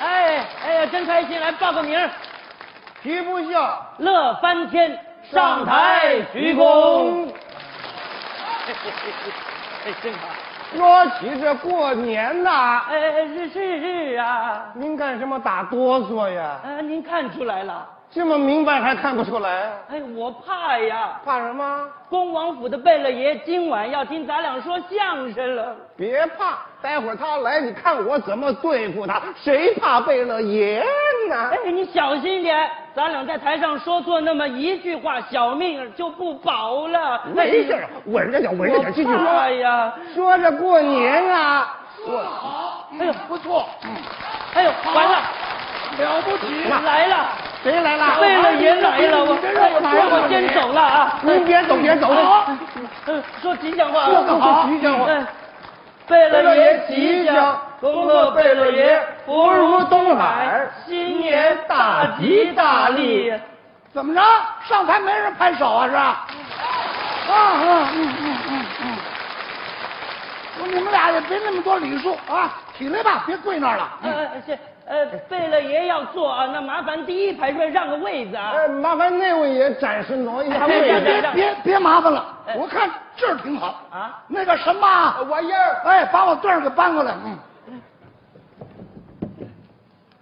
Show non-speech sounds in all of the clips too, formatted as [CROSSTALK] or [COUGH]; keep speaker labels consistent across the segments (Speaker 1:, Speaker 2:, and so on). Speaker 1: 哎真开心，来报个名儿，
Speaker 2: 皮不笑，
Speaker 1: 乐翻天，上台鞠躬。
Speaker 2: 躬。
Speaker 1: 哎，真好。
Speaker 2: 说起这过年呐，
Speaker 1: 哎，是是是啊，
Speaker 2: 您干什么打哆嗦呀？
Speaker 1: 呃，您看出来了。
Speaker 2: 这么明白还看不出来？
Speaker 1: 哎，我怕呀，
Speaker 2: 怕什么？
Speaker 1: 恭王府的贝勒爷今晚要听咱俩说相声了。
Speaker 2: 别怕，待会儿他来，你看我怎么对付他。谁怕贝勒爷呢
Speaker 1: 哎？，你小心一点，咱俩在台上说错那么一句话，小命就不保了。哎
Speaker 2: 没事儿，稳着点，稳着点，继续
Speaker 1: 我怕
Speaker 2: 说。
Speaker 1: 呀，
Speaker 2: 说着过年啊，我
Speaker 3: 好，
Speaker 1: 哎呦
Speaker 3: 嗯，不错，
Speaker 1: 哎呦，完了，
Speaker 2: 嗯
Speaker 3: 了不起，
Speaker 1: 来了，
Speaker 2: 谁来了？
Speaker 1: 贝勒爷来了，我
Speaker 3: 你别让我
Speaker 1: 哎我先走了啊。
Speaker 2: 您别走，别走。
Speaker 1: 嗯，说吉祥话啊，
Speaker 2: 说说说吉祥话
Speaker 1: 哎。
Speaker 2: 贝
Speaker 1: 贝勒
Speaker 2: 勒
Speaker 1: 爷
Speaker 2: 爷
Speaker 1: 吉
Speaker 2: 吉
Speaker 1: 祥
Speaker 2: 祥，
Speaker 1: 恭贺贝勒爷福如东海
Speaker 2: 海，
Speaker 1: 新年大吉大利。
Speaker 3: 怎么着？上台没人拍手啊？是吧？啊啊，嗯嗯嗯嗯。我你们俩也别那么多礼数啊，起来吧，别跪那儿了。
Speaker 1: 呃，呃是呃，贝勒爷要坐啊，那麻烦第一排说让个位子啊。
Speaker 2: 哎，麻烦那位也暂时挪一下
Speaker 1: 哎
Speaker 2: 位
Speaker 1: 让
Speaker 2: 置。
Speaker 1: 让
Speaker 3: 别
Speaker 1: 让
Speaker 3: 别别麻烦了
Speaker 1: 哎，
Speaker 3: 我看这儿挺好
Speaker 1: 啊。
Speaker 3: 那个什么玩意儿，哎，把我对儿给搬过来。嗯。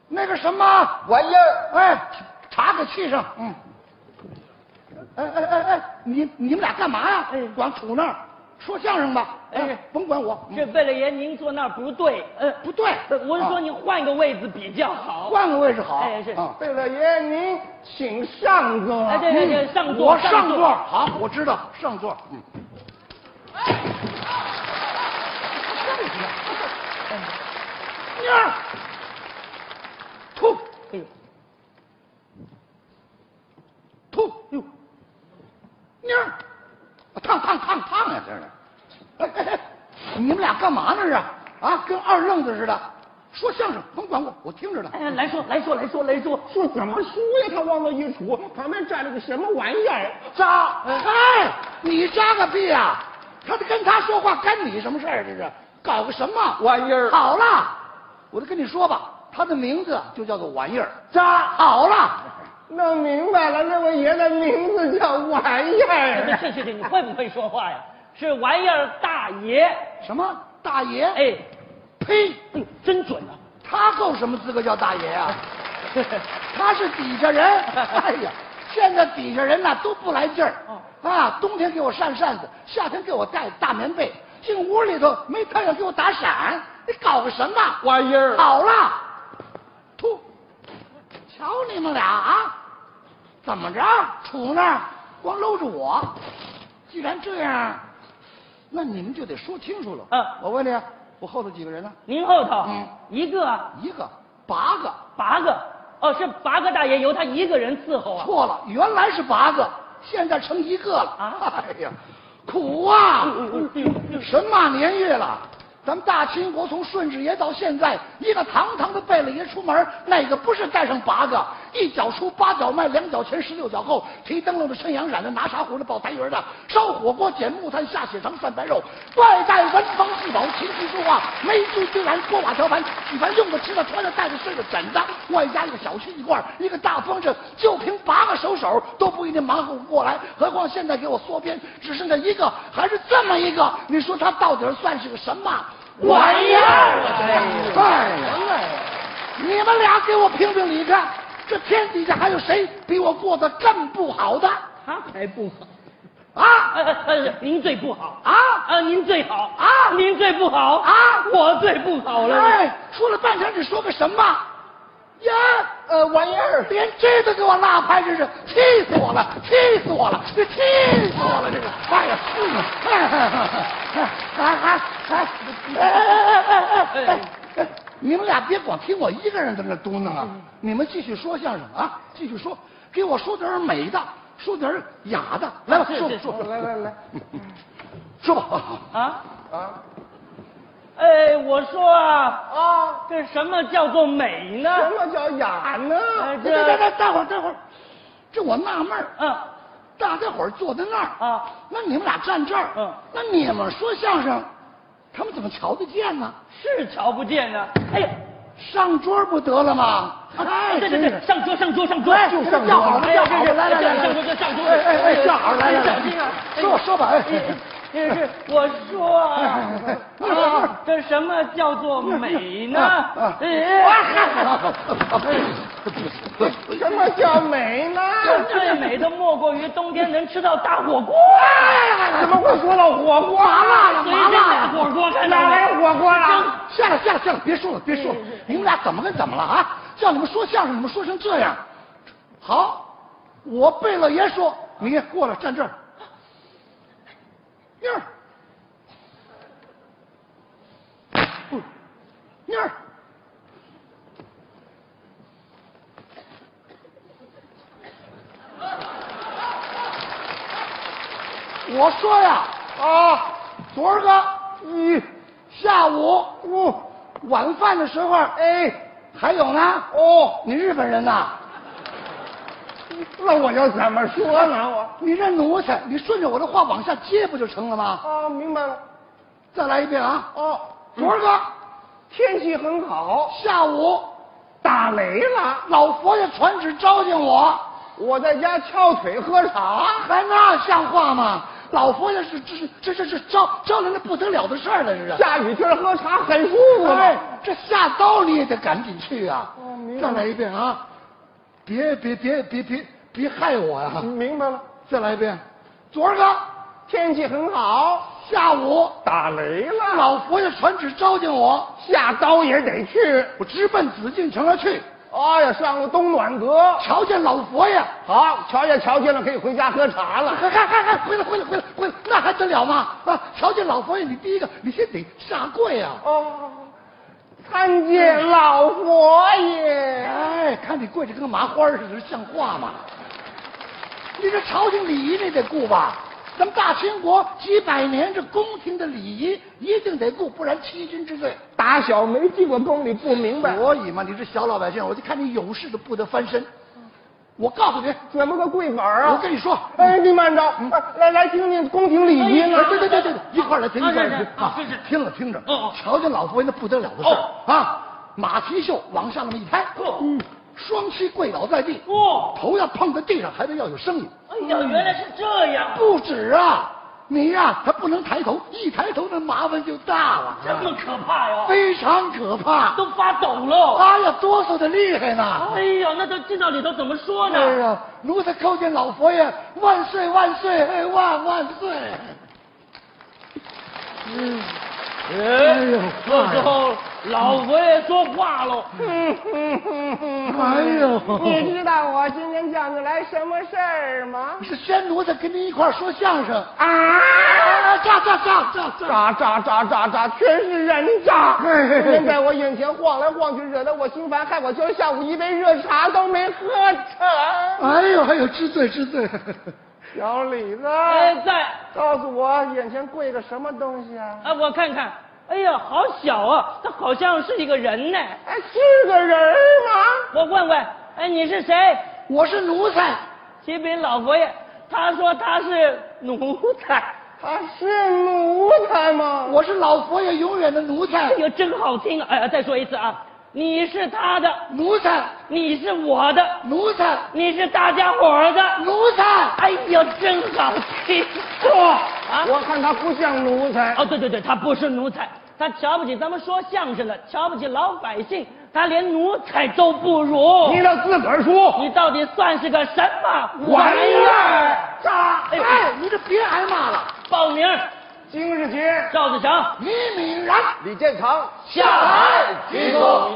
Speaker 3: 那个什么玩意儿，哎，茶给沏上。嗯。哎哎哎哎，你你们俩干嘛呀
Speaker 1: 哎？
Speaker 3: 光杵那儿说相声吧。
Speaker 1: 哎
Speaker 3: 哎，甭管我。嗯
Speaker 1: 是贝勒爷，您坐那儿不对。呃，
Speaker 3: 不对
Speaker 1: 呃我是说
Speaker 3: 啊
Speaker 1: 你换个位子比较好。
Speaker 3: 换个位置好。
Speaker 1: 哎是
Speaker 3: 啊
Speaker 2: 贝勒爷，您请上座。
Speaker 1: 哎，对对对，上座。
Speaker 3: 我上座。好，我知道上座。嗯。妮儿，吐
Speaker 1: 哎呦，
Speaker 3: 吐，哟，妮儿，烫烫烫烫呀，这是。哎哎哎，你们俩干嘛呢？这是啊，跟二愣子似的，说相声，甭管我，我听着呢。
Speaker 1: 哎，来说来说来说来说，
Speaker 2: 说怎么输呀？他往那一杵，旁边站了个什么玩意儿？
Speaker 3: 扎，哎，你扎个屁呀、他跟他说话干你什么事儿？这是搞个什么
Speaker 2: 玩意儿
Speaker 3: 好了，我就跟你说吧，他的名字就叫做玩意儿。
Speaker 2: 扎。
Speaker 3: 好了，
Speaker 2: 弄明白了，那位爷的名字叫玩意
Speaker 1: 哎
Speaker 2: 儿。
Speaker 1: 去去去，你会不会说话呀？是玩意儿大爷。
Speaker 3: 什么大爷？哎，
Speaker 1: 哎，
Speaker 3: 呸！
Speaker 1: 哎呦，真准啊！
Speaker 3: 他够什么资格叫大爷啊？
Speaker 2: [LAUGHS]
Speaker 3: 他是底下人。哎呀，现在底下人呐都不来劲儿。
Speaker 2: 哦
Speaker 3: 啊，冬天给我扇扇子，夏天给我盖大棉被，进屋里头没太阳给我打伞，你搞个什么？
Speaker 2: 玩意儿
Speaker 3: 好了，吐！瞧你们俩啊，怎么着？杵那儿光搂着我，既然这样，那你们就得说清楚了。
Speaker 2: 嗯
Speaker 1: 啊
Speaker 3: 我问你，我后头几个人呢？
Speaker 1: 您后头
Speaker 3: 嗯
Speaker 1: 一个
Speaker 3: 一个，八个，
Speaker 1: 八个，哦，是八个大爷由他一个人伺候啊。
Speaker 3: 错了，原来是八个，现在成一个了。
Speaker 1: 啊
Speaker 3: 哎呀，苦
Speaker 2: [LAUGHS]
Speaker 3: 啊！
Speaker 1: 嗯嗯嗯
Speaker 3: 神马年月了，咱们大清国从顺治爷到现在，一个堂堂的贝勒爷出门，哪个不是带上八个？一脚出八脚迈，两脚前十六脚后，提灯笼的抻羊染的，拿茶壶的抱白鱼的，烧火锅捡木炭下血肠涮白肉，外带文房四宝琴棋书画梅珠虽然锅瓦瓢盘，举凡用的吃的穿的带的睡的枕着，外加一个小区一罐一个大风筝，就凭八个手手都不一定忙活过来，何况现在给我缩编只剩下一个，还是这么一个，你说他到底算是个什么玩意儿？哎呀，你们俩给我评评理看，这天底下还有谁比我过得更不好的
Speaker 1: 他还不好。
Speaker 3: 啊
Speaker 1: 呃呃，您最不好
Speaker 3: 啊
Speaker 1: 啊，您最好
Speaker 3: 啊
Speaker 1: 您最不好
Speaker 3: 啊
Speaker 1: 我最不好了。
Speaker 3: 哎，说了半天你说个什么？呀，呃，玩意儿，连这都给我落拍，真是气死我了，气死我了，这气死我了，这个，哎呀，还还还，哎哎哎哎哎哎，你们俩别光听我一个人在那嘟囔啊，你们继续说相声啊，继续说，给我说点美的，说点雅的，来吧，说说
Speaker 2: 来来来，
Speaker 3: 说吧，
Speaker 1: 啊，
Speaker 2: 啊
Speaker 1: 哎，我说啊，
Speaker 2: 啊，
Speaker 1: 这什么叫做美呢？
Speaker 2: 什么叫雅呢？
Speaker 1: 哎
Speaker 3: 这这这，待会儿待会儿，这我纳闷儿。
Speaker 1: 啊，
Speaker 3: 大家伙儿坐在那儿
Speaker 1: 啊，
Speaker 3: 那你们俩站这儿，
Speaker 1: 嗯
Speaker 3: 那你们说相声，他们怎么瞧得见呢？
Speaker 1: 是瞧不见呢。哎呀，
Speaker 3: 上桌不得了吗？
Speaker 1: 哎，对对对，上桌上桌上桌，
Speaker 3: 哎，
Speaker 2: 就上桌
Speaker 3: 叫好了，
Speaker 1: 哎
Speaker 3: 叫
Speaker 1: 呀，
Speaker 3: 好了，来来来，
Speaker 1: 上桌就上桌，
Speaker 3: 哎哎哎，叫好
Speaker 1: 好
Speaker 3: 了，来来来
Speaker 1: 小心啊，，
Speaker 3: 说说吧，哎，
Speaker 1: 这是我说
Speaker 3: 哎哎
Speaker 1: 啊，这什么叫做美呢？
Speaker 3: 啊
Speaker 1: 哎
Speaker 2: 什么叫美呢？
Speaker 1: 最美的莫过于冬天能吃到大火锅，哎
Speaker 2: 怎么会说到火锅
Speaker 3: 麻辣
Speaker 2: 了？
Speaker 1: 随便大火锅看到
Speaker 2: 哪
Speaker 1: 没
Speaker 2: 来火啊锅了？
Speaker 3: 下了下了下了，别说了别说了，你们俩怎么跟怎么了啊？叫你们说相声，你们说成这样。好，我贝勒爷说，你过来站这儿。嗯妮儿，不妮儿，我说呀，
Speaker 2: 啊，
Speaker 3: 昨儿个。
Speaker 2: 嗯，
Speaker 3: 下午
Speaker 2: 哦
Speaker 3: 晚饭的时候，
Speaker 2: 哎，
Speaker 3: 还有呢，
Speaker 2: 哦，
Speaker 3: 你日本人呐，
Speaker 2: 那我要怎么说呢？我
Speaker 3: 你这奴才，你顺着我的话往下接不就成了吗？
Speaker 2: 啊，明白了。
Speaker 3: 再来一遍啊！
Speaker 2: 哦，
Speaker 3: 昨儿个
Speaker 2: 天气很好，
Speaker 3: 下午，
Speaker 2: 打雷了，
Speaker 3: 老佛爷传旨召见我，
Speaker 2: 我在家翘腿喝茶。
Speaker 3: 还那像话吗？老佛爷是这是这这是招招人的不得了的事儿了，这是。
Speaker 2: 下雨天喝茶很舒服嘛。
Speaker 3: 哎，这下刀你也得赶紧去啊！
Speaker 2: 哦明白
Speaker 3: 再来一遍啊！别别别别别别害我呀、
Speaker 2: 明白了，
Speaker 3: 再来一遍，昨儿个
Speaker 2: 天气很好，
Speaker 3: 下午
Speaker 2: 打雷了，
Speaker 3: 老佛爷传旨召见我，
Speaker 2: 下刀也得去。
Speaker 3: 我直奔紫禁城而去，
Speaker 2: 哎呀，上了东暖阁，
Speaker 3: 瞧见老佛爷。
Speaker 2: 哎好，瞧见瞧见了，可以回家喝茶了。
Speaker 3: 还还还
Speaker 2: 哎
Speaker 3: 还回来回来回来回来，那还得了吗？啊，瞧见老佛爷，你第一个你先得下跪啊！
Speaker 2: 哦，参见老佛爷。
Speaker 3: 哎，看你跪着跟个麻花似的，像话吗？你这朝廷礼仪你得顾吧？咱们大清国几百年这宫廷的礼仪一定得顾，不然欺君之罪。
Speaker 2: 打小没进过宫里，不明白
Speaker 3: 所以嘛，你这小老百姓，我就看你有事都不得翻身。
Speaker 1: 嗯
Speaker 3: 我告诉你，
Speaker 2: 怎么个跪法啊？
Speaker 3: 我跟你说，嗯
Speaker 2: 哎，你慢着，哎来来听听宫廷礼仪呢
Speaker 3: 哎。对对对对，对一块儿来听
Speaker 1: 啊
Speaker 3: 一块儿
Speaker 1: 是
Speaker 3: 来
Speaker 1: 是
Speaker 3: 听啊
Speaker 1: 是是！
Speaker 3: 听着听着
Speaker 1: 哦哦，
Speaker 3: 瞧见老佛爷那不得了的事儿啊！马蹄袖往下那么一抬，嗯，双膝跪倒在地，
Speaker 1: 哦，
Speaker 3: 头要碰在地上，还得要有声音。
Speaker 1: 哎呀，原来是这样，
Speaker 3: 不止啊，你呀、他不能抬头，一抬头那麻烦就大了，
Speaker 1: 这么可怕呀，
Speaker 3: 非常可怕。
Speaker 1: 都发抖了。
Speaker 3: 哎呀，哆嗦的厉害呢！
Speaker 1: 哎呀，那都进到里头怎么说呢？
Speaker 3: 哎呀，奴才叩见老佛爷，万岁万岁，哎万万岁！
Speaker 1: 哎
Speaker 3: 呦
Speaker 1: 这时候老佛爷说话喽，
Speaker 2: 嗯嗯嗯嗯
Speaker 3: 哎呦，
Speaker 2: [LAUGHS] 你知道我今天叫你来什么事儿吗？
Speaker 3: 是宣奴才跟您一块儿说相声。
Speaker 2: 啊！
Speaker 3: 啊，炸炸炸炸炸！
Speaker 2: 渣渣渣渣渣，全是人渣！
Speaker 3: 嘿嘿嘿
Speaker 2: 天天在我眼前晃来晃去，惹得我心烦，害我今儿下午一杯热茶都没喝成。
Speaker 3: 哎呦，哎呦，知罪知罪！
Speaker 2: 小李子，
Speaker 1: 哎，在，
Speaker 2: 告诉我眼前跪个什么东西啊？
Speaker 1: 哎，我看看，哎呀，好小啊，这好像是一个人呢。
Speaker 2: 哎，是个人儿吗？
Speaker 1: 我问问，哎，你是谁？
Speaker 3: 我是奴才，
Speaker 1: 启禀老佛爷，他说他是奴才。
Speaker 2: 他是奴才吗？
Speaker 3: 我是老佛爷永远的奴才
Speaker 1: 哎，呦，真好听啊！哎呀，再说一次啊，你是他的，
Speaker 3: 奴才，
Speaker 1: 你是我的，
Speaker 3: 奴才，
Speaker 1: 你是大家伙儿的。
Speaker 3: 奴才！
Speaker 1: 哎呦，真好听！啊，
Speaker 2: 我看他不像奴才。
Speaker 1: 哦，对对对，他不是奴才，他瞧不起咱们说相声的，瞧不起老百姓，他连奴才都不
Speaker 3: 哦
Speaker 1: 如。
Speaker 2: 你倒自个儿说，
Speaker 1: 你到底算是个什么
Speaker 2: 玩意儿！渣！
Speaker 1: 哎呦
Speaker 3: 哎，你这别挨骂了。
Speaker 1: 报名，
Speaker 2: 金日杰、
Speaker 1: 赵子成。
Speaker 3: 李敏然，
Speaker 2: 李建堂
Speaker 1: 下台鞠躬。